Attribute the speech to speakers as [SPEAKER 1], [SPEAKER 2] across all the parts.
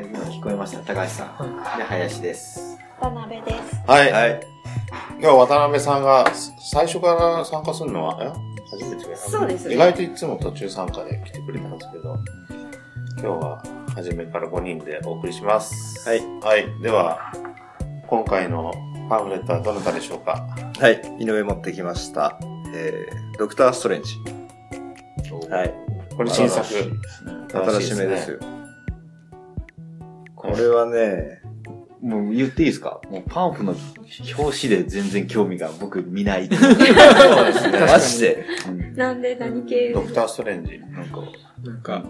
[SPEAKER 1] い、今聞こえました。高橋さん。で、林です。
[SPEAKER 2] 田辺です。
[SPEAKER 3] はい。
[SPEAKER 4] はい
[SPEAKER 3] 今日渡辺さんが最初から参加するのは、え初めてか
[SPEAKER 2] そうですね
[SPEAKER 3] 意外といつも途中参加で来てくれたんですけど、今日は初めから5人でお送りします。
[SPEAKER 4] はい。
[SPEAKER 3] はい。では、今回のパンフレットはどなたでしょうか
[SPEAKER 4] はい、井上持ってきました。えー、ドクター・ストレンジ。はい。
[SPEAKER 3] これ新作。
[SPEAKER 4] 新しい新
[SPEAKER 3] 新
[SPEAKER 4] し
[SPEAKER 3] い
[SPEAKER 4] め
[SPEAKER 3] ね
[SPEAKER 4] ですよ。これはね、
[SPEAKER 1] もう言っていいですかもうパンフの表紙で全然興味が僕見ない。
[SPEAKER 3] そうですね。
[SPEAKER 4] マジで。
[SPEAKER 1] うん
[SPEAKER 2] なんで何系
[SPEAKER 3] ドクターストレンジ。
[SPEAKER 1] なんか、なんか、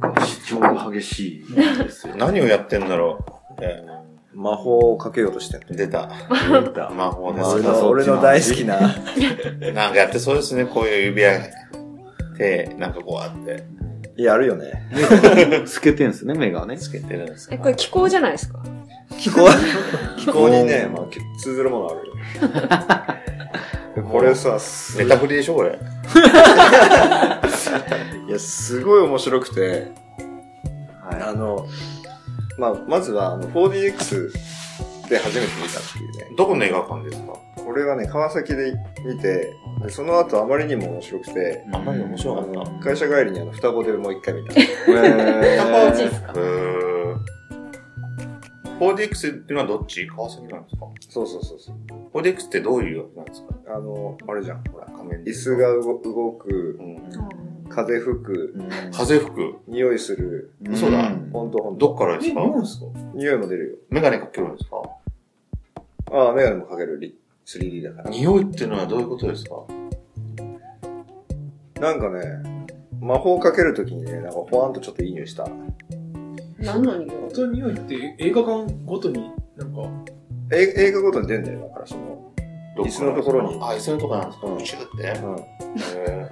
[SPEAKER 1] なんか主張が激しいですよ。
[SPEAKER 3] 何をやってんだろう、え
[SPEAKER 4] 魔法をかけようとしてる
[SPEAKER 3] ー出た。
[SPEAKER 1] なんだ
[SPEAKER 3] 魔法で
[SPEAKER 1] まあ
[SPEAKER 4] 俺
[SPEAKER 3] す。
[SPEAKER 4] の俺の大好きな。
[SPEAKER 3] なんかやってそうですね。こういう指輪。手、なんかこうあって、
[SPEAKER 4] いやあるよね。
[SPEAKER 1] 透けてんすね、目がね。
[SPEAKER 3] つけてるんですけ
[SPEAKER 2] え、
[SPEAKER 3] ど
[SPEAKER 2] これ気候じゃないですか
[SPEAKER 4] 気候、 気候にね、まあ、け通ずるものあるよね。これさ、す
[SPEAKER 3] ネタフリでしょ、これ。
[SPEAKER 4] いや、すごい面白くて、あ
[SPEAKER 1] は
[SPEAKER 4] の、まあ、まずは、あの 4DX で初めて見たっていうね。
[SPEAKER 3] どこの映画館ですか
[SPEAKER 4] これはね、川崎で見て、でその後あまりにも面白くて、
[SPEAKER 1] い。
[SPEAKER 3] あんまり面白
[SPEAKER 4] あ
[SPEAKER 3] かった
[SPEAKER 4] の会社帰りにあの双子でもう一回見た。
[SPEAKER 2] 感じ
[SPEAKER 1] え
[SPEAKER 2] ですか
[SPEAKER 3] へー 4DX っていうのはどっち川崎なんですか
[SPEAKER 4] そうそうそうそう。
[SPEAKER 3] ?4DX ってどういうわけなんですか
[SPEAKER 4] あの、あれじゃん、ほら。
[SPEAKER 3] 仮面
[SPEAKER 4] 椅子が、動動く
[SPEAKER 3] う、ん、
[SPEAKER 4] 風吹く、
[SPEAKER 3] 風吹く。
[SPEAKER 4] 匂いする、
[SPEAKER 1] ー
[SPEAKER 3] 嘘だ
[SPEAKER 1] ん
[SPEAKER 4] ほんとほんと。
[SPEAKER 3] どっからですか
[SPEAKER 4] 匂いも出る
[SPEAKER 3] メガネかけるんですか
[SPEAKER 4] よ。ああ、メガネもかけるリ 3D だから。
[SPEAKER 3] 匂いっていうのはどういうことですか
[SPEAKER 4] なんかね、魔法かけるときにね、なんかほわんとちょっといい匂いした。
[SPEAKER 2] 何の匂い
[SPEAKER 5] 本当に匂いって映画館ごとになんか、
[SPEAKER 4] え映画ごとに出んだよ、だからその。
[SPEAKER 3] どっから
[SPEAKER 4] 椅子のところに
[SPEAKER 3] あ、椅子のところなんですか
[SPEAKER 4] うん
[SPEAKER 3] 宇宙って
[SPEAKER 4] うん。
[SPEAKER 3] へ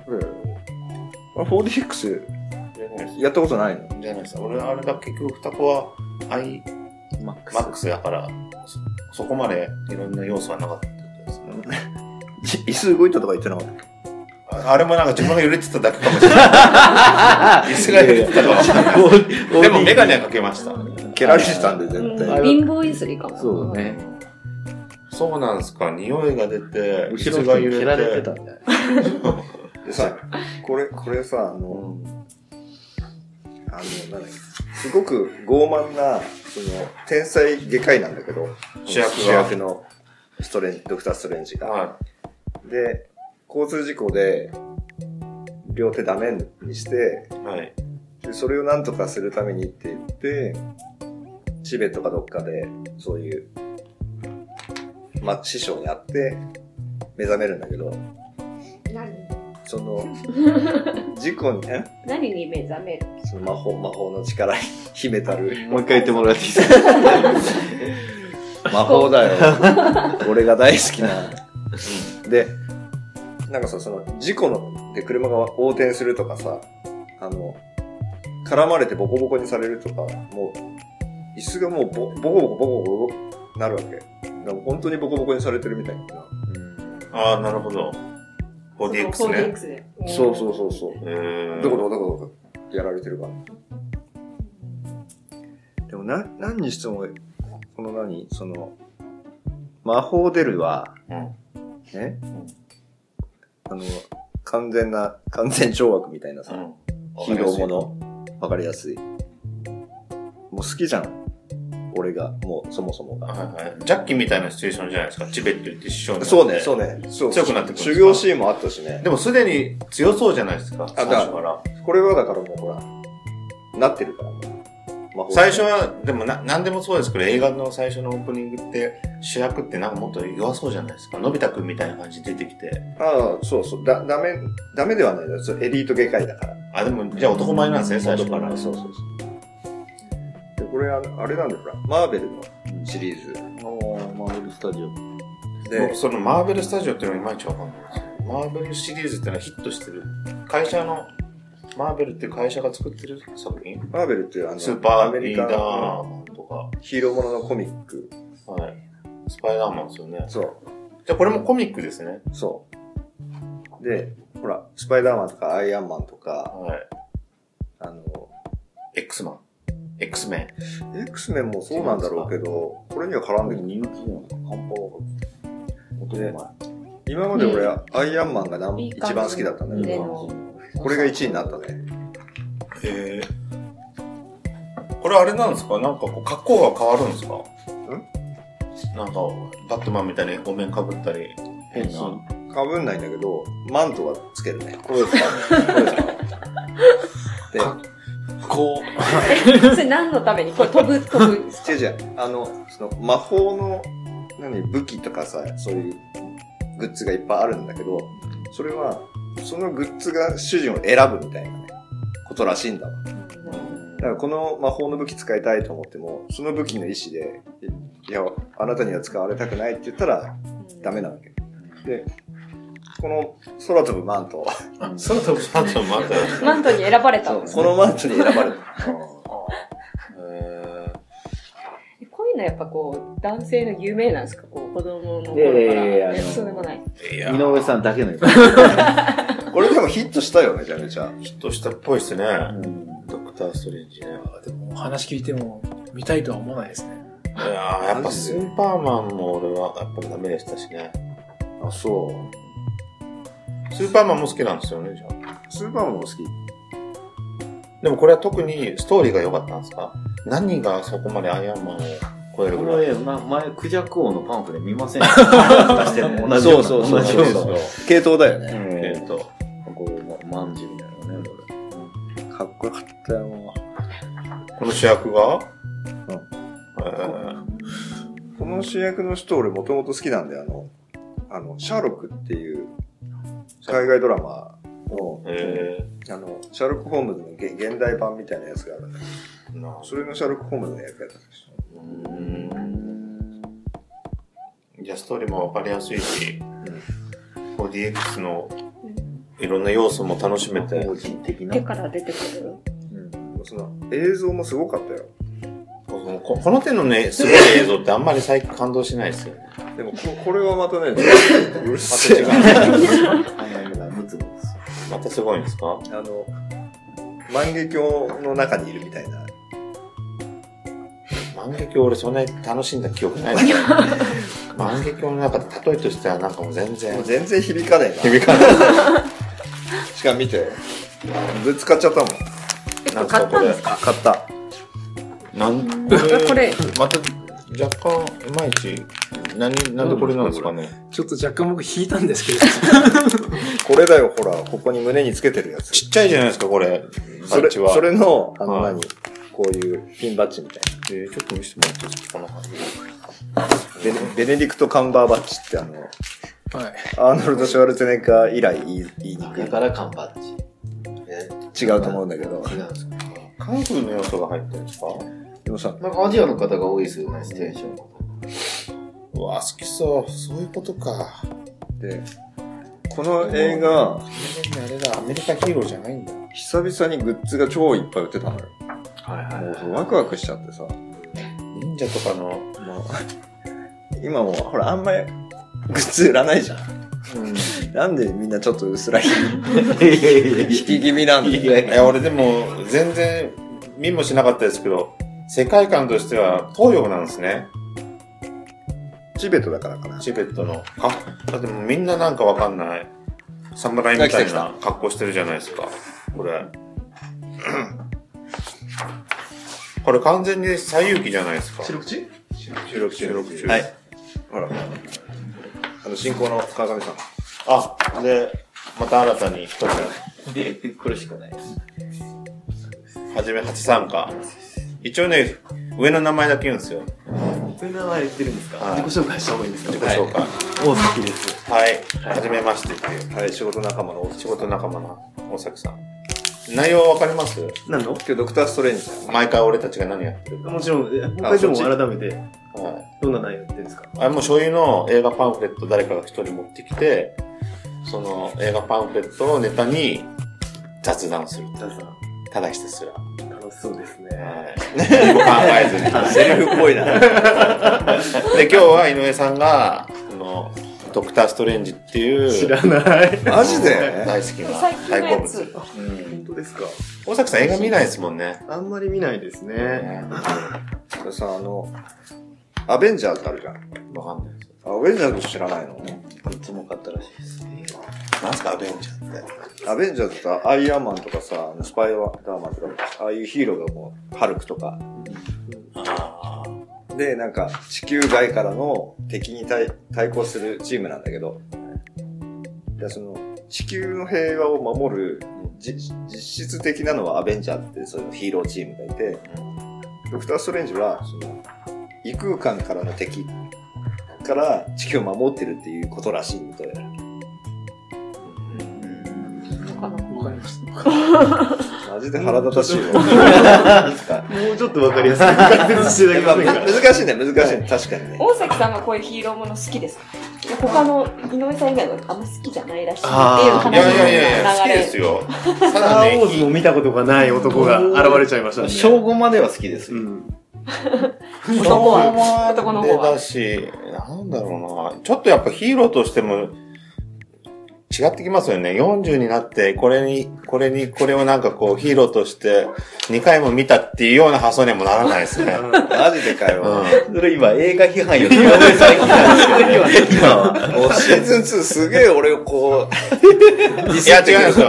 [SPEAKER 4] これ 4DX
[SPEAKER 3] ーじゃないです
[SPEAKER 4] やったことないの
[SPEAKER 3] じゃないですか。俺、あれだ、結局双子は i
[SPEAKER 1] マック
[SPEAKER 3] マックスだから、そそこまでいろんな要素はなかったってことですね。
[SPEAKER 4] じ椅子動いたとか言ってなかった。
[SPEAKER 3] ああれもなんか自分が揺れてただけかもしれない。椅子が揺れてたかもしれない。
[SPEAKER 1] ス
[SPEAKER 3] でもメガネはかけました。
[SPEAKER 4] 蹴られてたんで、絶
[SPEAKER 2] う
[SPEAKER 4] 対
[SPEAKER 2] ん。貧乏ゆすりかも。
[SPEAKER 1] そうだね
[SPEAKER 3] そうなんですか。匂いが出て、
[SPEAKER 1] 後ろ
[SPEAKER 3] 椅子が
[SPEAKER 1] が
[SPEAKER 3] 揺
[SPEAKER 1] 揺られ
[SPEAKER 3] れて。
[SPEAKER 1] てたんだよ。
[SPEAKER 4] で さ、これ、これさ、あの、
[SPEAKER 3] うん
[SPEAKER 4] あの、なんだっけ、すごく傲慢な、その、天才外科医なんだけど、
[SPEAKER 3] 主役が
[SPEAKER 4] 主役のストレンジ、ドクターストレンジが。
[SPEAKER 3] は
[SPEAKER 4] で、交通事故で、両手ダメにして
[SPEAKER 3] い。、はい。
[SPEAKER 4] でそれをなんとかするためにって言って、チベットかどっかで、そういう、ま、師匠に会って、目覚めるんだけど、
[SPEAKER 2] 何
[SPEAKER 4] そ の、事故に、え
[SPEAKER 2] 何に目覚める
[SPEAKER 4] その魔法、魔法の力に 秘めたる。
[SPEAKER 1] もう一回言ってもらっていいですか
[SPEAKER 4] 魔法だよ。俺が大好きな。で、なんかさ、その、事故の、で、車が横転するとかさ、あの、絡まれてボコボコにされるとか、もう、椅子がもうボボコボコボコボコなるわけ。だから本当にボコボコにされてるみたいな。
[SPEAKER 3] ああ、なるほど。4DX ね。
[SPEAKER 2] 4DX で。
[SPEAKER 4] そうそうそうそう。
[SPEAKER 3] えー
[SPEAKER 4] どこどこどこどこってやられてるから。でもな、何にしても、この何その、魔法出るは、
[SPEAKER 3] うん
[SPEAKER 4] ね、
[SPEAKER 3] ん
[SPEAKER 4] あの、完全な、完全懲悪みたいなさ、ヒーローもの、わかりやすい。もう好きじゃん。俺が、もうそもそもが。
[SPEAKER 3] はいはい。ジャッキーみたいなシチュエーションじゃないですか。チベット行って師匠になって。
[SPEAKER 4] そうね、そうね。そう
[SPEAKER 3] 強くなってくるんですか
[SPEAKER 4] 修行シーンもあったしね。
[SPEAKER 3] でもすでに強そうじゃないですか。
[SPEAKER 4] あ
[SPEAKER 3] 最
[SPEAKER 4] だから
[SPEAKER 3] 初から。
[SPEAKER 4] これはだからもうほら、なってるからもう。魔法
[SPEAKER 3] 最初は、でもな、何でもそうですけど、映画の最初のオープニングって、主役ってなんかもっと弱そうじゃないですか。のび太くんみたいな感じで出てきて。
[SPEAKER 4] ああ、そうそう。だ、ダメ、ダメではないだそれエリート外科医だから。
[SPEAKER 3] あ、でも、じゃあ男前なんですね、最初から。
[SPEAKER 4] そうそうそう。で、これあの、あれなんだよ、ほら。マーベルのシリーズ。
[SPEAKER 1] おー、マーベルスタジオ。
[SPEAKER 3] 僕そのマーベルスタジオっていうのがいまいちわかんないんですよマーベルシリーズっていうのはヒットしてる会社のマーベルっていう会社が作ってる作品
[SPEAKER 4] マーベルっていうあの、
[SPEAKER 3] スーパ
[SPEAKER 4] ア
[SPEAKER 3] ー
[SPEAKER 4] メ
[SPEAKER 3] リ
[SPEAKER 4] リ
[SPEAKER 3] ー
[SPEAKER 4] カ
[SPEAKER 3] ダ
[SPEAKER 4] の
[SPEAKER 3] ーマンとか、
[SPEAKER 4] ヒーローもののコミック。
[SPEAKER 3] はい、スパイダーマンですよね
[SPEAKER 4] そう。
[SPEAKER 3] じゃあこれもコミックですね
[SPEAKER 4] そう。で、ほら、スパイダーマンとかアイアンマンとか、
[SPEAKER 3] は
[SPEAKER 4] あの、
[SPEAKER 3] い X マン X メ
[SPEAKER 4] X メンもそうなんだろうけど、これには絡んでくる。
[SPEAKER 1] 人気なのか、半端なかった。
[SPEAKER 4] 今まで俺、アイアンマンがなん
[SPEAKER 2] いい
[SPEAKER 4] 一
[SPEAKER 2] 感じ
[SPEAKER 4] 番好きだったんだけ
[SPEAKER 2] で
[SPEAKER 4] ど、
[SPEAKER 2] も
[SPEAKER 4] これが1位になったね。
[SPEAKER 3] ンへえこれあれなんですかなんかこう格好が変わるんですかなんかバットマンみたいにお面かぶったり変な
[SPEAKER 1] 変
[SPEAKER 4] かぶんないんだけど、マントはつけるね。
[SPEAKER 1] これですか
[SPEAKER 4] で、
[SPEAKER 5] かこ
[SPEAKER 2] それ何のためにこれ飛ぶ飛ぶ
[SPEAKER 4] 違う違う、あの、その魔法の、何、武器とかさ、そういうグッズがいっぱいあるんだけど、それは、そのグッズが主人を選ぶみたいなね、ことらしいんだわ。だからこの魔法の武器使いたいと思っても、その武器の意思で、いや、あなたには使われたくないって言ったらダメなわけ。で、この空飛ぶマント、
[SPEAKER 5] う、その多分、
[SPEAKER 3] バットマンみたいな
[SPEAKER 2] マントに選ばれたんです
[SPEAKER 4] このマントに選ばれた。
[SPEAKER 3] へ
[SPEAKER 2] こういうのやっぱこう男性の有名なんですかこう子供の頃か
[SPEAKER 1] いや
[SPEAKER 2] ら
[SPEAKER 1] いやいやいや
[SPEAKER 2] え
[SPEAKER 1] あの
[SPEAKER 2] そうでもない
[SPEAKER 3] えいや
[SPEAKER 1] 井上さんだけの
[SPEAKER 4] これでもヒットしたよ、めちゃめちゃ。
[SPEAKER 3] ヒットしたっぽいですね。
[SPEAKER 1] うん
[SPEAKER 3] ドクター・ストレンジね。
[SPEAKER 5] でもお話聞いても見たいとは思わないですね。
[SPEAKER 3] いやーやっぱ
[SPEAKER 4] マ
[SPEAKER 3] ス
[SPEAKER 4] ジで
[SPEAKER 3] ーパーマンも俺はやっぱりダメでしたしね。
[SPEAKER 4] あ、そう。
[SPEAKER 3] スーパーマンも好きなんですよね、じゃあ。
[SPEAKER 4] スーパーマンも好き。
[SPEAKER 3] でもこれは特にストーリーが良かったんですか何がそこまでアイアンマンを超える
[SPEAKER 1] こ
[SPEAKER 3] ぐらい
[SPEAKER 1] れ、ま、前、クジャク王のパンフで見ま せんでした。同じような。
[SPEAKER 4] そうそうそう
[SPEAKER 1] 同じような。
[SPEAKER 4] 系統だよね。
[SPEAKER 3] え
[SPEAKER 1] え
[SPEAKER 3] っと、
[SPEAKER 1] ー、こう、ままんじゅうみたいなのね、これ。
[SPEAKER 4] かっこよかったよ。
[SPEAKER 3] この主役が
[SPEAKER 4] うん
[SPEAKER 3] え
[SPEAKER 4] この主役の人、俺もともと好きなんで、あの、あの、シャーロックっていう海外ドラマの
[SPEAKER 3] ー、え
[SPEAKER 4] あの、シャーロック・ホームズのげ現代版みたいなやつがあるんだけど、
[SPEAKER 3] ー、な
[SPEAKER 4] それのシャーロック・ホームズの役やったんですよ。
[SPEAKER 3] うーん。じゃあストーリーもわかりやすいし、こう DX のいろんな要素も楽しめて、
[SPEAKER 1] 法人的な
[SPEAKER 2] 手。から出てくる
[SPEAKER 4] もうその、映像もすごかったよ。
[SPEAKER 3] 僕もここの手のね、すごい映像ってあんまり最近感動しないですよね。
[SPEAKER 4] でもこ、これはま たね、うる
[SPEAKER 3] また
[SPEAKER 4] せ
[SPEAKER 3] 違
[SPEAKER 4] え
[SPEAKER 3] う
[SPEAKER 4] な。。
[SPEAKER 1] あの、だからムツゴです。
[SPEAKER 3] またすごいんですか
[SPEAKER 4] あの、万華鏡の中にいるみたいな。
[SPEAKER 3] 万華鏡俺そんなに楽しんだ記憶 ないですよ。万華鏡の中で例えとしてはなんかもう全
[SPEAKER 4] もう
[SPEAKER 3] 然
[SPEAKER 4] 全然響かねえ
[SPEAKER 3] 響かない。
[SPEAKER 4] な。しかも見て、ぶつかっちゃったもん。
[SPEAKER 2] 結
[SPEAKER 3] な
[SPEAKER 2] 構
[SPEAKER 3] んか
[SPEAKER 2] 買っ
[SPEAKER 3] こ
[SPEAKER 2] たんで
[SPEAKER 3] れ
[SPEAKER 2] す。
[SPEAKER 4] あ、買った。
[SPEAKER 3] なん
[SPEAKER 2] これ
[SPEAKER 3] また若干いまいち、何、なんでこれなんですかね。
[SPEAKER 5] ちょっと若干僕引いたんですけど、
[SPEAKER 4] これだよ、ほら、ここに胸につけてるやつ。
[SPEAKER 3] ちっちゃいじゃないですか、これ。
[SPEAKER 4] そ
[SPEAKER 3] バッ
[SPEAKER 4] れ、
[SPEAKER 3] ジは。
[SPEAKER 4] それの、あの
[SPEAKER 3] はい
[SPEAKER 4] 何、こういうピンバッジみたい
[SPEAKER 3] えーちょっと見せてもらっていいですかこの感じ。
[SPEAKER 4] な。ベネベネディクト・カンバーバッジってあの、
[SPEAKER 5] はい。
[SPEAKER 4] アーノルド・シュワルツェネッガー以来言い言いにくい
[SPEAKER 1] だ。から缶バッジ。
[SPEAKER 4] 違うと思うんだけど。
[SPEAKER 1] 違うんですか
[SPEAKER 3] 韓国の要素が入ってるんですか
[SPEAKER 4] でもさ、
[SPEAKER 1] なんかアジアの方が多いですよね、ステーション。
[SPEAKER 3] うわ、好きそう。そういうことか。
[SPEAKER 4] で、この映画、
[SPEAKER 3] 全然あれだ、アメリカヒーローじゃないんだ。
[SPEAKER 4] 久々にグッズが超いっぱい売ってたのよ。
[SPEAKER 1] はい
[SPEAKER 4] もうワクワクしちゃってさ。
[SPEAKER 3] 忍者とかの、
[SPEAKER 4] もう今もうほらあんまりグッズ売らないじゃん。なんでみんなちょっと薄 らい引き気味なん
[SPEAKER 1] いや
[SPEAKER 4] で。
[SPEAKER 3] いや、俺でも、全然、見もしなかったですけど、世界観としては東洋なんですね。
[SPEAKER 4] チベットだからかな。
[SPEAKER 3] チベットの。あ、だってもうみんななんかわかんない。侍みたい
[SPEAKER 4] 来た来
[SPEAKER 3] な格好してるじゃないですか。これ。 これ完全に最有機じゃないですか。
[SPEAKER 4] 収録中
[SPEAKER 3] 収録中。収録中。
[SPEAKER 1] はい。
[SPEAKER 4] ほら。あの、進行の川上さん。
[SPEAKER 3] あ、で、また新たに一つ、
[SPEAKER 1] で、これしかないです。
[SPEAKER 3] はじめ初参加。一応ね、上の名前だけ言うんですよ。
[SPEAKER 1] それ名前言ってるんですか、
[SPEAKER 3] はい
[SPEAKER 1] 自己紹介した方がいいんですか
[SPEAKER 3] 自己紹介。
[SPEAKER 1] 大好きです。
[SPEAKER 3] はい。はじめましてっていう。
[SPEAKER 4] はい、仕事仲間の大
[SPEAKER 3] 仕事仲間の大崎さん。内容はわかります
[SPEAKER 6] 何の
[SPEAKER 4] 今日ドクターストレンジだよ。
[SPEAKER 3] 毎回俺たちが何やってるか。
[SPEAKER 6] もちろん、えもう一
[SPEAKER 4] あ
[SPEAKER 6] 回でも
[SPEAKER 4] そっ
[SPEAKER 6] 改めて、
[SPEAKER 3] はい。
[SPEAKER 6] どんな内容やってるんですか
[SPEAKER 3] あれもう所有の映画パンフレット誰かが一人持ってきて、その映画パンフレットをネタに雑談する。
[SPEAKER 6] 皆さん、
[SPEAKER 3] ただひたすら。
[SPEAKER 6] 楽しそう ですね。
[SPEAKER 3] はい。何も考えずに。
[SPEAKER 4] セリフっぽい な。
[SPEAKER 3] で、今日は井上さんが、あの、ドクターストレンジっていう、
[SPEAKER 6] 知らない。
[SPEAKER 4] マジ で
[SPEAKER 3] 大好きな
[SPEAKER 2] 最近の
[SPEAKER 3] 大好
[SPEAKER 2] や
[SPEAKER 3] 物
[SPEAKER 2] つ。
[SPEAKER 3] うん。
[SPEAKER 6] 当ですか
[SPEAKER 3] 大崎さん映画見ないですもんね。
[SPEAKER 6] あんまり見ないですね。
[SPEAKER 3] ね
[SPEAKER 4] それさ、あの、アベンジャーズってあるじゃん。
[SPEAKER 3] わかんないです。
[SPEAKER 4] アベンジャーズ知らないの
[SPEAKER 1] グッズも買ったらしいです。
[SPEAKER 3] なんすか、アベンジャーって。
[SPEAKER 4] アベンジャーズとかアイアンマンとかさ、スパイダーマンとか、ああいうヒーローがもう、ハルクとか。
[SPEAKER 3] ああ。
[SPEAKER 4] で、なんか、地球外からの敵に対対抗するチームなんだけど、でその、地球の平和を守る、じ実質的なのはアベンジャーズってそういうヒーローチームがいて、ドクター・ストレンジは、その、異空間からの敵から地球を守ってるっていうことらしいみたいな。
[SPEAKER 5] わかりました。
[SPEAKER 4] マジで腹立たしいわ。
[SPEAKER 6] もうちょっとわかりやすく解説していただけませんか
[SPEAKER 4] 難しいね、難しいね。確かにね。
[SPEAKER 2] 大崎さんはこういうヒーローもの好きですか他の井上さん以外はあんま好きじゃないらしいっていう話
[SPEAKER 6] あー
[SPEAKER 3] いやい
[SPEAKER 2] の
[SPEAKER 3] やいやいや、好
[SPEAKER 2] 流
[SPEAKER 3] き
[SPEAKER 2] れ
[SPEAKER 3] です よ。た
[SPEAKER 6] スタ
[SPEAKER 3] だ
[SPEAKER 6] ー・ウォーズ
[SPEAKER 3] ね、
[SPEAKER 6] も見たことがない男が現れちゃいましたね。
[SPEAKER 1] 小5までは好きです
[SPEAKER 6] う
[SPEAKER 1] よ。
[SPEAKER 6] ん。
[SPEAKER 2] 男は
[SPEAKER 3] 男
[SPEAKER 2] 男
[SPEAKER 3] の
[SPEAKER 2] の
[SPEAKER 3] 方
[SPEAKER 2] 方は
[SPEAKER 3] だし、なんだろうな。ちょっとやっぱヒーローとしても、違ってきますよね。40になって、これに、これに、これをなんかこう、ヒーローとして、2回も見たっていうような発想にはもうならないですね。
[SPEAKER 4] マジでかよ。
[SPEAKER 3] う
[SPEAKER 4] も
[SPEAKER 3] ん
[SPEAKER 4] う。
[SPEAKER 1] それ今映画批判より今俺最近なんですよね。今は。
[SPEAKER 4] シーズン2すげえ俺をこう、
[SPEAKER 3] いや、違うんですよ。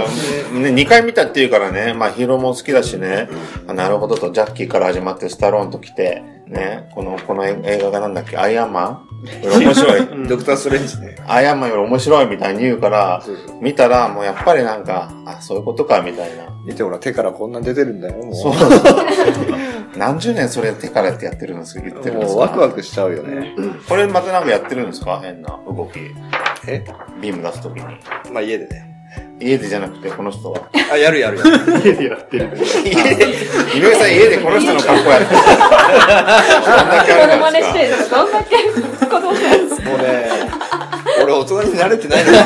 [SPEAKER 3] ね、2回見たっていうからね、まあ、ヒーローも好きだしね、あなるほどと、ジャッキーから始まって、スタローンと来て、ね、この、この映画がなんだっけ、アイアンマンより面白 い。
[SPEAKER 4] ドクター・ストレンジね。
[SPEAKER 3] アイアンマンより面白いみたいに言うから、見たら、もうやっぱりなんか、あ、そういうことか、みたいな。
[SPEAKER 4] 見てほら、手からこんな出てるんだよ、もう。
[SPEAKER 3] そう 何十年それ手からやってやってるんです言ってるんです
[SPEAKER 4] も
[SPEAKER 3] か
[SPEAKER 4] うワクワクしちゃうよね。
[SPEAKER 3] これまたなんかやってるんですか変な動き。
[SPEAKER 4] え
[SPEAKER 3] ビーム出すときに。
[SPEAKER 4] まあ家でね。
[SPEAKER 3] 家でじゃなくて、この人は。
[SPEAKER 4] あ、やるやるやる。
[SPEAKER 6] 家でやってる。
[SPEAKER 3] 家で、井上さん家でこの人の格好やってる。どんだけあ
[SPEAKER 2] モ
[SPEAKER 3] る
[SPEAKER 2] ノ
[SPEAKER 3] ん
[SPEAKER 2] マ
[SPEAKER 3] で
[SPEAKER 2] ネ
[SPEAKER 3] すか
[SPEAKER 2] してるのどんだけ子供なん
[SPEAKER 4] もうね、俺大人に慣れてないのよ。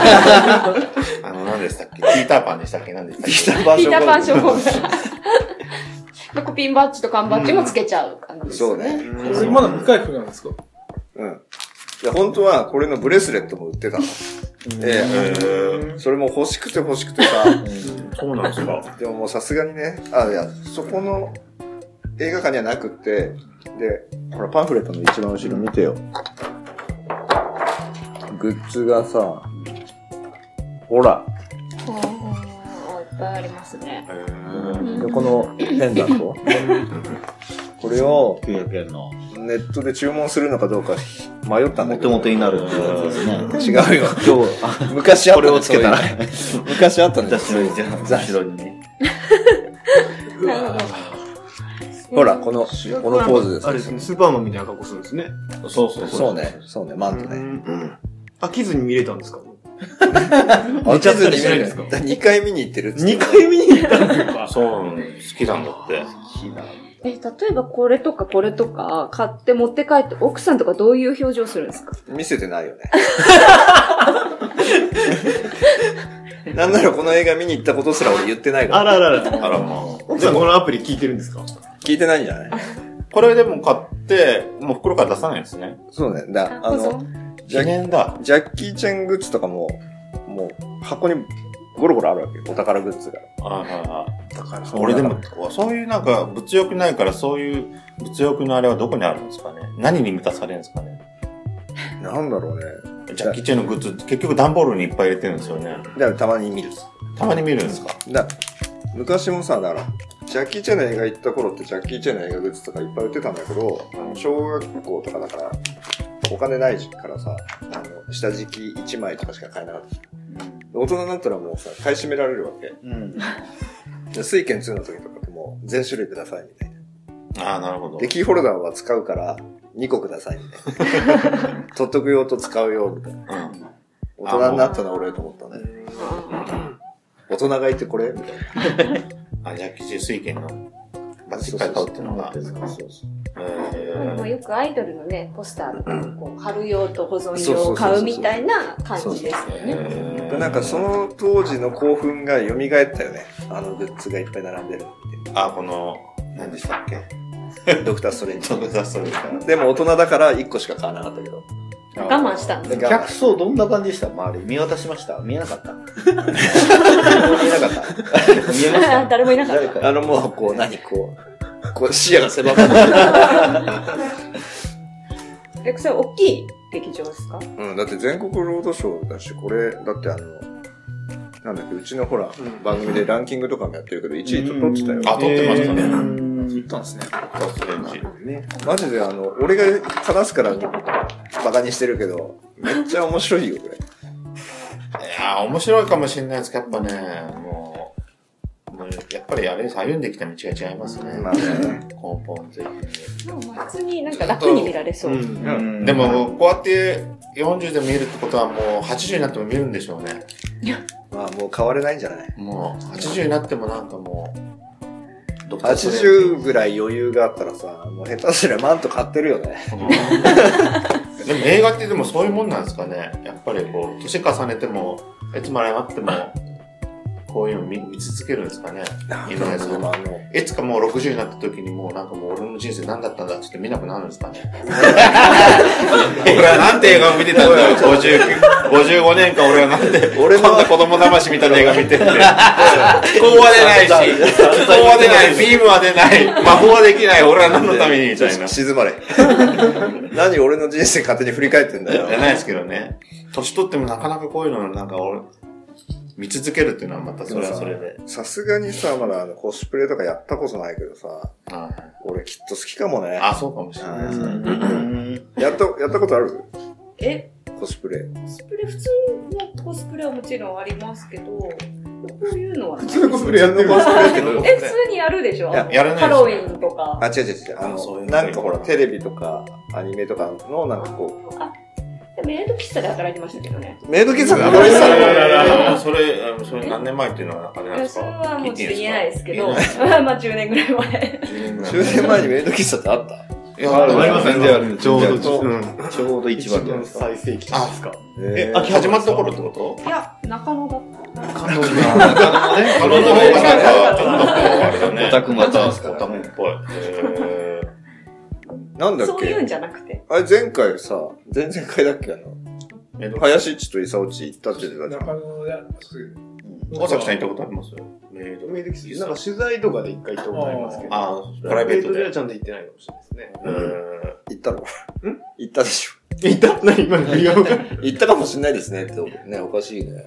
[SPEAKER 3] あの、何でしたっけピーターパンでしたっけ何でしたっけ
[SPEAKER 4] ピーターパン
[SPEAKER 2] ピ
[SPEAKER 4] ショ
[SPEAKER 2] ー
[SPEAKER 4] ン
[SPEAKER 2] ターパン症候群コピンバッジと缶バッジもつけちゃう感じです
[SPEAKER 4] そ
[SPEAKER 2] よ
[SPEAKER 4] う
[SPEAKER 2] ね。
[SPEAKER 4] ね。
[SPEAKER 5] これまだ未開封なんですか
[SPEAKER 4] うん。いや、本当は、これのブレスレットも売ってたの。え
[SPEAKER 3] え
[SPEAKER 4] え、
[SPEAKER 3] ー
[SPEAKER 4] それも欲しくて欲しくてさ、
[SPEAKER 3] そうなんですか。
[SPEAKER 4] でももうさすがにね、あ、いや、そこの映画館にはなくって、で、ほら、パンフレットの一番後ろ見てよ。グッズがさ、ほら、
[SPEAKER 2] うんいっぱいありますね。
[SPEAKER 4] で、このペンダント。これを
[SPEAKER 1] 900円の。
[SPEAKER 4] ネットで注文するのかどうか迷ったんだ
[SPEAKER 1] も
[SPEAKER 4] け
[SPEAKER 1] と
[SPEAKER 4] ど。
[SPEAKER 1] もとになるっていうやつですね。
[SPEAKER 4] 違うよ。今日、あ昔あったこれをつけたら。昔あったんだよ
[SPEAKER 1] 私のじゃあ後ろにね。
[SPEAKER 4] ほら、この、このポーズです。
[SPEAKER 6] あれですね、スーパーマンみたいな格好するんですね。
[SPEAKER 3] そうそう
[SPEAKER 4] そう。ね、そうね、マント
[SPEAKER 6] う
[SPEAKER 4] ね。
[SPEAKER 6] ん
[SPEAKER 3] うん。
[SPEAKER 6] 飽きずに見れたんですか
[SPEAKER 4] あ、ちゃず
[SPEAKER 6] 見ちゃった
[SPEAKER 4] に
[SPEAKER 6] りしないですか
[SPEAKER 4] ?2 回見に行ってるっつって
[SPEAKER 6] 二回見に行ったんですか
[SPEAKER 3] そう、好きなんだって。
[SPEAKER 2] え、例えばこれとかこれとか買って持って帰って奥さんとかどういう表情するんですか
[SPEAKER 4] 見せてないよね。なんならこの映画見に行ったことすら俺言ってないか
[SPEAKER 6] あ
[SPEAKER 4] ら。
[SPEAKER 6] らあらあら。
[SPEAKER 3] あらまあ。
[SPEAKER 6] 奥さんこのアプリ聞いてるんですか
[SPEAKER 4] 聞いてないんじゃない
[SPEAKER 3] これでも買って、もう袋から出さないんですね。
[SPEAKER 4] そうね。だ、あの、ジ
[SPEAKER 3] 記
[SPEAKER 4] ャ
[SPEAKER 3] 念だ。
[SPEAKER 4] ジャッキーチェングッズとかも、もう箱にゴロゴロあるわけよ。お宝グッズが。
[SPEAKER 3] はいはいはい。
[SPEAKER 4] だから
[SPEAKER 3] 俺でも、そういうなんか、物欲ないから、そういう物欲のあれはどこにあるんですかね。何に満たされるんですかね。
[SPEAKER 4] なんだろうね。
[SPEAKER 3] ジャッキー・チェンのグッズ、結局段ボールにいっぱい入れてるんですよね。
[SPEAKER 4] だからたまに見る。
[SPEAKER 3] たまに見るんですか
[SPEAKER 4] だ昔もさ、だから、ジャッキー・チェンの映画行った頃ってジャッキー・チェンの映画グッズとかいっぱい売ってたんだけど、あの小学校とかだから、お金ないからさ、あの、下敷き1枚とかしか買えなかった。大人になったらもうさ、買い占められるわけ。
[SPEAKER 1] うん。
[SPEAKER 4] で水拳2の時とかってもう全種類くださいみたいな。
[SPEAKER 3] ああ、なるほど。
[SPEAKER 4] で、キーホルダーは使うから2個くださいみたいな。取っとく用と使う用みたいな。
[SPEAKER 3] うん。
[SPEAKER 4] 大人になったな俺と思ったね。大人がいてこれみたいな。
[SPEAKER 3] あ、ジャッキー・チェン水拳のバッチいっぱい買うっていうのが。
[SPEAKER 4] そうそうそう
[SPEAKER 3] え
[SPEAKER 2] まあ、よくアイドルのね、ポスターとかにこう貼る用と保存
[SPEAKER 4] そうそう
[SPEAKER 2] 用
[SPEAKER 4] そうそう
[SPEAKER 2] を買うみたいな感じですよね。
[SPEAKER 4] でなんかその当時の興奮が蘇ったよね。あのグッズがいっぱい並んでるのっ
[SPEAKER 3] あ、この、何でしたっけ
[SPEAKER 4] て。ドクターストレン
[SPEAKER 3] ちょっと
[SPEAKER 4] ジ。
[SPEAKER 3] 雑草みたいな。
[SPEAKER 4] でも大人だから1個しか買わなかったけど。
[SPEAKER 2] 我慢したんです。
[SPEAKER 4] で
[SPEAKER 1] 客層どんな感じでした周り。見渡しました見えなかった見えなかった見えました
[SPEAKER 2] 誰もいなかっ
[SPEAKER 1] 誰
[SPEAKER 2] た。
[SPEAKER 1] か。
[SPEAKER 4] あのもうこう何こう、こう視野が狭まってる。
[SPEAKER 2] え、それ大きい劇場ですか
[SPEAKER 4] うん、だって全国ロードショーだし、これ、だってあの、なんだっけ、うちのほら、
[SPEAKER 5] うん
[SPEAKER 4] 番組でランキングとかもやってるけど、1位と取ってたよ。
[SPEAKER 3] あ撮ってましたね
[SPEAKER 5] えー言ったんですね。
[SPEAKER 3] 雑草レンジ。
[SPEAKER 4] マジであの、俺が話すから、バカにしてるけど、めっちゃ面白いよ、これ。
[SPEAKER 3] いやー面白いかもしれないですけど、やっぱね、もう、もうやっぱりあれです歩んできた道が違いますね。
[SPEAKER 4] まあね
[SPEAKER 3] 根本的に。
[SPEAKER 2] 普通になんか楽に見られそう。
[SPEAKER 1] うん
[SPEAKER 3] で、も、こうやって40で見るってことはもう80になっても見るんでしょうね。
[SPEAKER 4] まあもう変われないんじゃない
[SPEAKER 3] もう、80になってもなんかもう、ドクターストレンジ
[SPEAKER 4] ?80 ぐらい余裕があったらさ、もう下手すりゃマント買ってるよね。
[SPEAKER 3] うんでも映画ってでもそういうもんなんですかね。やっぱりこう、年重ねても、いつまであっても、こういうの見見続けるんですかね。いろんなやつ
[SPEAKER 4] でもあの、
[SPEAKER 3] いつかもう60になった時にもうなんかもう俺の人生何だったんだっつって見なくなるんですかね。俺はなんて映画を見てたんだよ、59 55年間俺はなんで、
[SPEAKER 4] 俺の
[SPEAKER 3] こんな子供騙しみたいな映画 見てて。こうは出 ないし、こうは出ない、ビームは出ない、魔法はできない、俺は何のためにみたいな。じ
[SPEAKER 4] 静まれ。何俺の人生勝手に振り返ってんだ
[SPEAKER 3] ゃ
[SPEAKER 4] よ。
[SPEAKER 3] ないですけど ね。年取ってもなかなかこういうのなんか俺、見続けるっていうのはまたそれはそれで。
[SPEAKER 4] さすがにさ、まだあのコスプレとかやったことないけどさ、
[SPEAKER 3] はい
[SPEAKER 4] 俺きっと好きかもね。
[SPEAKER 3] あ、そうかもしれないですね。
[SPEAKER 4] やった、やったことある
[SPEAKER 2] え、
[SPEAKER 4] コスプレ。
[SPEAKER 2] コスプレ、普通のコスプレはもちろんありますけど、こういうのはない
[SPEAKER 5] 普通のコスプレやってるから。
[SPEAKER 2] え、普通にやるでしょ
[SPEAKER 4] いや
[SPEAKER 3] やらないです
[SPEAKER 2] ハロウィンとか。
[SPEAKER 4] あ、違う違う違う。あ
[SPEAKER 3] あそうい
[SPEAKER 4] の、
[SPEAKER 3] うの
[SPEAKER 4] なんかほら、テレビとか、アニメとかの、なんかこ
[SPEAKER 2] あ、でもメイド喫茶で働いてましたけどね。
[SPEAKER 4] う、メイド喫茶で
[SPEAKER 3] あ
[SPEAKER 4] 働いてたの
[SPEAKER 3] れそれ、それ何年前っていうのはあれないんで
[SPEAKER 2] や
[SPEAKER 3] す
[SPEAKER 2] そ
[SPEAKER 3] か
[SPEAKER 2] れはもうちょっと言えないですけど、
[SPEAKER 3] 言え
[SPEAKER 2] まあ
[SPEAKER 3] ない
[SPEAKER 2] 10年ぐらい前。
[SPEAKER 4] 10年前にメイド喫茶ってあった
[SPEAKER 3] いや、ある
[SPEAKER 1] あり
[SPEAKER 3] あ
[SPEAKER 1] ま
[SPEAKER 3] る
[SPEAKER 1] す全然ある
[SPEAKER 6] ちょう
[SPEAKER 4] 全然
[SPEAKER 6] ど、うん。
[SPEAKER 1] ちょうど一番じゃないですか。
[SPEAKER 6] 最盛期じゃないですか。
[SPEAKER 3] え、秋始まった頃ってこと
[SPEAKER 2] いや、中野だっ
[SPEAKER 1] 感動が。ね、
[SPEAKER 3] あの方がなんか、ちょっとこう、あれだね。
[SPEAKER 1] オタクもやってますから
[SPEAKER 3] オタクっぽい。え
[SPEAKER 4] なんだ
[SPEAKER 2] た。
[SPEAKER 4] っ
[SPEAKER 2] そういうん
[SPEAKER 4] け
[SPEAKER 2] じゃなくて。
[SPEAKER 4] あれ、前回さ、前々回だっけあの、
[SPEAKER 3] ーえっと
[SPEAKER 4] 林っちと伊佐ち行ったって言ってたじゃ
[SPEAKER 5] 中
[SPEAKER 4] ん。
[SPEAKER 5] 野で、そう
[SPEAKER 3] 大崎さん行ったことありますメイド
[SPEAKER 6] メイド喫茶なんか取材とかで一回行ったことありますけど。
[SPEAKER 3] あー、プライベー
[SPEAKER 6] メイ
[SPEAKER 3] ト
[SPEAKER 6] ドでは
[SPEAKER 3] で。
[SPEAKER 6] ちゃんと行ってないかもしれないですね。
[SPEAKER 3] えー
[SPEAKER 4] 行ったのん行ったでしょ。
[SPEAKER 6] 行った何今の振りが分かんない
[SPEAKER 4] 行ったかもしんないですねって、ね、おかしいね。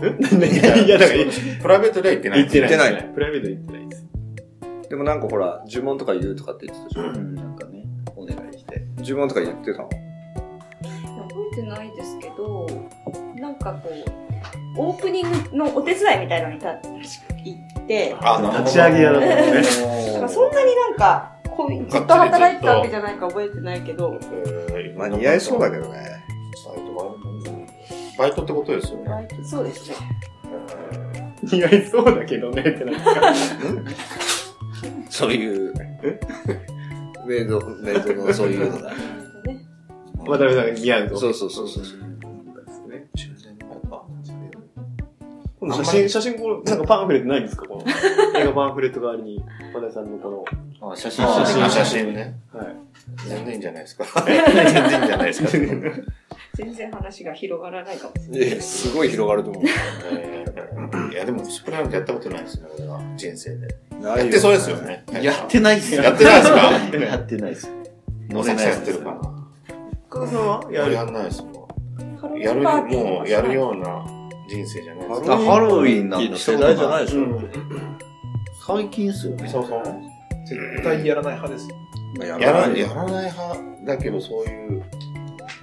[SPEAKER 6] いや、だから、
[SPEAKER 3] プライベートでは行ってない。
[SPEAKER 6] 行ってない。
[SPEAKER 4] 行ってな
[SPEAKER 6] プライベート行ってないです。
[SPEAKER 4] でもなんかほら、呪文とか言うとかって言ってたで
[SPEAKER 1] うんなんかね、お願いして。
[SPEAKER 4] しょ。呪文とか言ってたの
[SPEAKER 2] 覚えてないですけど、なんかこう、オープニングのお手伝いみたいなのにた行って、
[SPEAKER 3] あ、なるほど
[SPEAKER 6] 立ち上げやろうと思ってね。
[SPEAKER 2] だからそんなになんか、こうずっと働いてたわけじゃないか覚えてないけど、
[SPEAKER 3] えー
[SPEAKER 4] まあ似合いそうだけ
[SPEAKER 3] ど。
[SPEAKER 4] どね。
[SPEAKER 3] バイトがあるもんねバイトってことですよね。
[SPEAKER 2] そうですね。
[SPEAKER 6] 似合いそうだけどねってなんか。
[SPEAKER 4] そういう、メイド、メイドのそういう のだ。
[SPEAKER 2] ね
[SPEAKER 6] 渡辺さんが似合うと。
[SPEAKER 4] そうそうそうそう。
[SPEAKER 6] ですね。
[SPEAKER 3] 10年前か。
[SPEAKER 6] 今度写真、写真こう、なんかパンフレットないんですかこの、映画パンフレット代わりに、和田さんのこ
[SPEAKER 1] あ写真、
[SPEAKER 6] あ
[SPEAKER 3] 写真、
[SPEAKER 6] ー
[SPEAKER 3] 写真ね。
[SPEAKER 6] の、はい。
[SPEAKER 3] 全然いいんじゃないですか。全然いいんじゃないですか。
[SPEAKER 2] 全然話が広がらないかもしれない。
[SPEAKER 4] いやすごい広がると思う。
[SPEAKER 3] えーいや、でも、スプライムってやったことないですね、俺は。人生で。
[SPEAKER 4] な
[SPEAKER 3] やってそうですよ。ね。
[SPEAKER 1] やってないっす
[SPEAKER 3] やってないっすか
[SPEAKER 1] やってないっす。
[SPEAKER 3] 野崎さんやってるかな。
[SPEAKER 6] 加藤さんは
[SPEAKER 3] や
[SPEAKER 6] や
[SPEAKER 3] る
[SPEAKER 6] る。
[SPEAKER 3] やんないですも
[SPEAKER 2] ハロ
[SPEAKER 3] ん。
[SPEAKER 2] ウ
[SPEAKER 3] や
[SPEAKER 2] ィ
[SPEAKER 3] る、
[SPEAKER 2] ンパーティー
[SPEAKER 3] も
[SPEAKER 2] とか
[SPEAKER 3] う、
[SPEAKER 2] しな
[SPEAKER 3] や
[SPEAKER 2] い
[SPEAKER 3] るような人生じゃないです
[SPEAKER 1] あハロウィンなんか
[SPEAKER 4] 世代じゃないでし
[SPEAKER 6] う
[SPEAKER 4] ょ。
[SPEAKER 6] ん。
[SPEAKER 3] 最近っすよね。
[SPEAKER 6] そうそう。
[SPEAKER 5] 絶対やらない派です。
[SPEAKER 4] や
[SPEAKER 3] やら
[SPEAKER 4] な
[SPEAKER 3] ないい、やらない派だけど、そういう、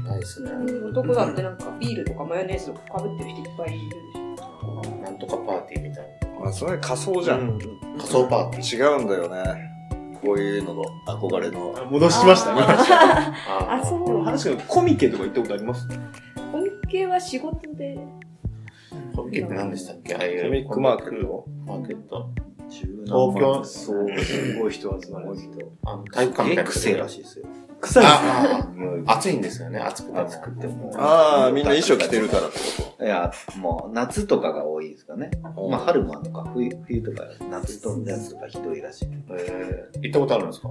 [SPEAKER 3] ないっすね。
[SPEAKER 2] 男だってなんかビールとかマヨネーズとかかぶってる人いっぱいいるでしょ。
[SPEAKER 3] なんとかパーティーみたい
[SPEAKER 4] まあ、それ仮想じゃん。
[SPEAKER 3] な。仮想パーティー。
[SPEAKER 4] 違うんだよね。こういうのの憧れの。
[SPEAKER 6] あ戻しましたね。
[SPEAKER 2] あー
[SPEAKER 3] あ
[SPEAKER 2] あ、そ
[SPEAKER 6] でも
[SPEAKER 2] う。
[SPEAKER 6] 話がコミケとか行ったことあります
[SPEAKER 2] 本系は仕事で。
[SPEAKER 3] コミケって何でしたっけああい
[SPEAKER 6] コミ
[SPEAKER 3] う
[SPEAKER 6] ッ
[SPEAKER 4] クマーケット
[SPEAKER 3] マーケット。
[SPEAKER 1] 東
[SPEAKER 3] 東京
[SPEAKER 6] そう、すごい人集まるんですけど。
[SPEAKER 3] あの、体育館みたいなとこで。
[SPEAKER 1] 癖らしいですよ。
[SPEAKER 6] 臭いですね。
[SPEAKER 3] ああ、暑いんですよね。暑くても。
[SPEAKER 1] 暑くても。
[SPEAKER 4] ああ、みんな衣装着てるから。
[SPEAKER 1] いや、もう夏とかが多いですかね。まあ春もあるのか、冬冬とか夏と夏とかひどいらしい。
[SPEAKER 3] えー行ったことあるんですか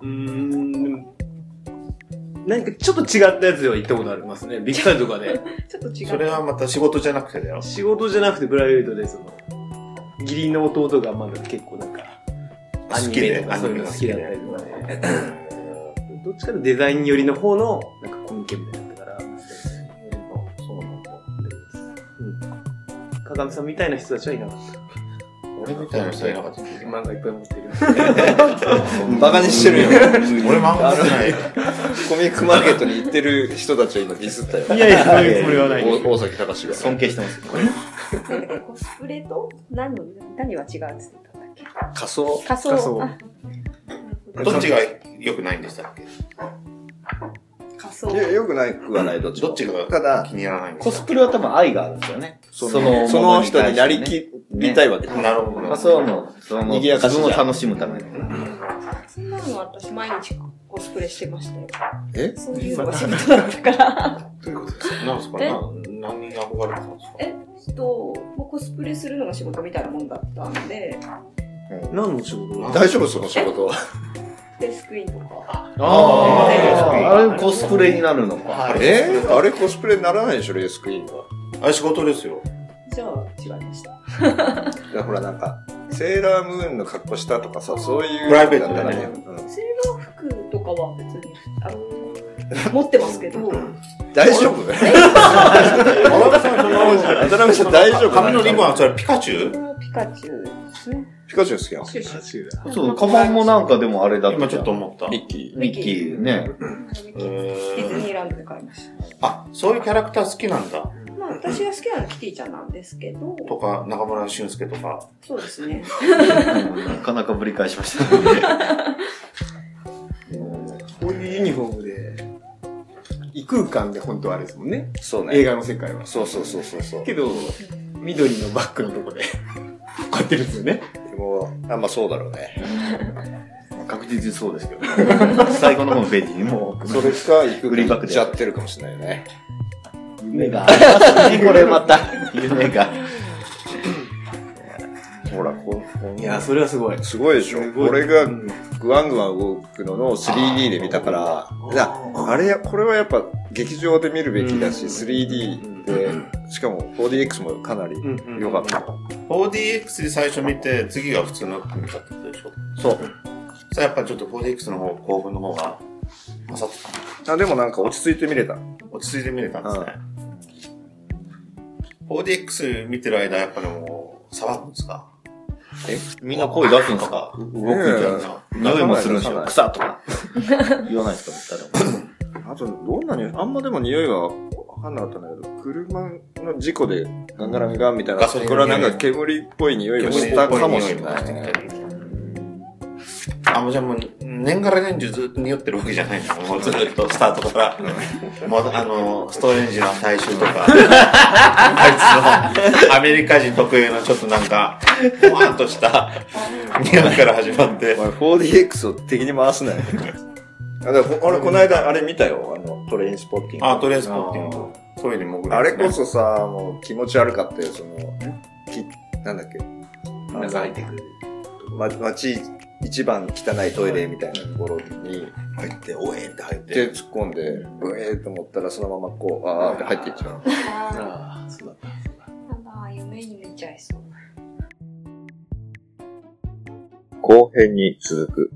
[SPEAKER 6] うーんでも。何かちょっと違ったやつでは行ったことありますね。ビッグサイトとかで。
[SPEAKER 2] ちょっと違う。
[SPEAKER 3] それはまた仕事じゃなくてだよ。
[SPEAKER 6] 仕事じゃなくてプライベートで、その、義理の弟がまだ結構なんか、アニ
[SPEAKER 3] 好き
[SPEAKER 6] メ
[SPEAKER 3] で
[SPEAKER 6] とかそういうの好きだったりとかね。
[SPEAKER 3] え
[SPEAKER 6] どっちかのデザイン寄りの方の、なんかコミケみたいだったから、
[SPEAKER 3] ーそうなんだ。
[SPEAKER 6] 鏡さんみたいな人たちはいなかっ
[SPEAKER 3] 俺みたいな人いなかった。
[SPEAKER 6] た。漫画いっぱい持ってる。
[SPEAKER 4] バカにしてるよ。
[SPEAKER 3] 俺漫画じゃないよ。
[SPEAKER 4] コミックマーケットに行ってる人たちを今ディスったよ。
[SPEAKER 6] いやいやそういうつもりはない
[SPEAKER 4] お大崎隆が。
[SPEAKER 1] 尊敬してます。
[SPEAKER 2] コスプレと何の何は違うっつってたんだっけ
[SPEAKER 4] 仮想。
[SPEAKER 2] 仮
[SPEAKER 6] 仮想
[SPEAKER 2] 装。あ
[SPEAKER 3] どっちが良くないんでしたっけ
[SPEAKER 2] 仮装
[SPEAKER 4] い。や、よくないくはない、どっちも
[SPEAKER 3] どっちが
[SPEAKER 4] ただ、
[SPEAKER 3] 気に入らないんで
[SPEAKER 1] コ
[SPEAKER 3] す
[SPEAKER 1] スプレは多分愛があるんですよね。
[SPEAKER 4] そ
[SPEAKER 1] そ
[SPEAKER 4] の
[SPEAKER 1] の
[SPEAKER 4] その人になりきりたいわけだ。
[SPEAKER 3] かなるほ
[SPEAKER 1] まあ
[SPEAKER 3] ど。
[SPEAKER 1] そうはもう、その
[SPEAKER 4] 賑やかし
[SPEAKER 1] 自
[SPEAKER 4] じゃん
[SPEAKER 1] 分を楽しむための。
[SPEAKER 2] そんなの私毎日コスプレしてましたよ。
[SPEAKER 4] え
[SPEAKER 2] そういうのが仕事だったから。
[SPEAKER 3] なんですか
[SPEAKER 2] え
[SPEAKER 3] な何に憧れてたんですか
[SPEAKER 2] えっと、もうコスプレするのが仕事みたいなもんだったんで、
[SPEAKER 6] 何の仕事
[SPEAKER 4] 大丈夫その仕事は。
[SPEAKER 2] デスクイーンとか。
[SPEAKER 1] あ
[SPEAKER 3] あ
[SPEAKER 1] あ、あれコスプレになるのか。
[SPEAKER 3] あれ
[SPEAKER 4] えあれコスプレにならないでしょ、レースクイーンは。
[SPEAKER 3] あれ仕事ですよ。
[SPEAKER 2] じゃあ、違いました。
[SPEAKER 4] だからほら、なんか、セーラームーンの格好したとかさ、そういう。
[SPEAKER 3] プライベートだね
[SPEAKER 4] うん
[SPEAKER 2] セーラー服とかは別に、あの、持ってますけど、
[SPEAKER 4] 大丈 夫渡辺さん大丈夫
[SPEAKER 3] 髪のリボンはそれピカチュウ
[SPEAKER 2] これはピカチュウですね。
[SPEAKER 4] ピカチュウ好きなの
[SPEAKER 2] シュシュ。
[SPEAKER 1] そう、カバンもなんかでもあれだ
[SPEAKER 3] 今ちょっと。思った。
[SPEAKER 4] ミッキ
[SPEAKER 1] ミッキーね。
[SPEAKER 2] ディズ
[SPEAKER 3] え
[SPEAKER 2] ニ
[SPEAKER 3] ー
[SPEAKER 2] ーランドで買いました。
[SPEAKER 3] あ、そういうキャラクター好きなんだ。
[SPEAKER 2] まあ私が好きなのはキティちゃんなんですけど、
[SPEAKER 3] とか、中村俊介とか。
[SPEAKER 2] そうですね。
[SPEAKER 1] なかなかぶり返しましたね。
[SPEAKER 6] こういうユニフォームで、異空間で本当はあれですもんね。
[SPEAKER 4] ー。そう
[SPEAKER 6] 映
[SPEAKER 4] ね。
[SPEAKER 6] 画の世界は。
[SPEAKER 4] そうそうそうそう そう。
[SPEAKER 6] けど、緑のバックのとこで、こうやってるんですよね。
[SPEAKER 4] もう、あんまそうだろうね。
[SPEAKER 1] 確実にそうですけど。最後の方のページにもう、
[SPEAKER 4] それか、行く
[SPEAKER 1] 売りば
[SPEAKER 4] 行
[SPEAKER 1] く
[SPEAKER 4] っ
[SPEAKER 1] で
[SPEAKER 4] ちゃってるかもしれないよね。
[SPEAKER 1] 夢がありますね、これまた。夢が。
[SPEAKER 4] ほら、こう。
[SPEAKER 6] いや、それはすごい。
[SPEAKER 4] すごいでしょ。これがグワングワン動くのの 3D で見たから、だあれや、これはやっぱ劇場で見るべきだし、
[SPEAKER 6] うん
[SPEAKER 4] 3D で、しかも 4DX もかなり良かった。
[SPEAKER 3] 4DX で最初見て、次が普通の組み立てでしょ。
[SPEAKER 4] そう。
[SPEAKER 3] さあやっぱちょっと 4DX の方、興奮の方が、勝ってたの
[SPEAKER 4] あでもなんか落ち着いて見れた。
[SPEAKER 3] 落ち着いて見れたんですね。4DX 見てる間、やっぱりもう、騒ぐんですか
[SPEAKER 4] え
[SPEAKER 1] みんな声出すんです
[SPEAKER 3] か
[SPEAKER 1] か動く
[SPEAKER 4] 動
[SPEAKER 1] んじゃん。匂いもするんですよ。
[SPEAKER 4] 出
[SPEAKER 1] 草とか。言わないですか、 誰も。
[SPEAKER 4] あと、どんなにあんまでも匂いはわかんなかったんだけど、車の事故でガンガランガンみたいな、
[SPEAKER 3] ガソ
[SPEAKER 4] こ
[SPEAKER 3] リン
[SPEAKER 4] れ
[SPEAKER 3] の
[SPEAKER 4] は
[SPEAKER 3] 匂い
[SPEAKER 4] なんか煙っぽい匂いがしたかもしれない。
[SPEAKER 3] あ、もうじゃあもう、年がら年中ずっと匂ってるわけじゃないのもうずっとスタートから。もう、あの、ストレンジの大衆と か、あいつのアメリカ人特有のちょっとなんか、ほわんとした匂いから始まって
[SPEAKER 4] お。前 4DX を敵に回すなよ。あでもほ俺、この間、あれ見たよ。あの、トレインスポッティング。
[SPEAKER 3] あ、とりあえずポッティング。トイレに潜る、
[SPEAKER 4] あれこ。そさ、もう気持ち悪かったよ、その、きなんだっけ。
[SPEAKER 6] なんか入ってくる。
[SPEAKER 4] ま、街一番汚いトイレみたいなところに入って、おえーって入って、突っ込んで、うえーと思ったらそのままこう、あーって入っていっちゃう。
[SPEAKER 2] あ
[SPEAKER 6] ああ、そうだった。
[SPEAKER 2] あー、夢に見ちゃいそう。
[SPEAKER 4] 後編に続く。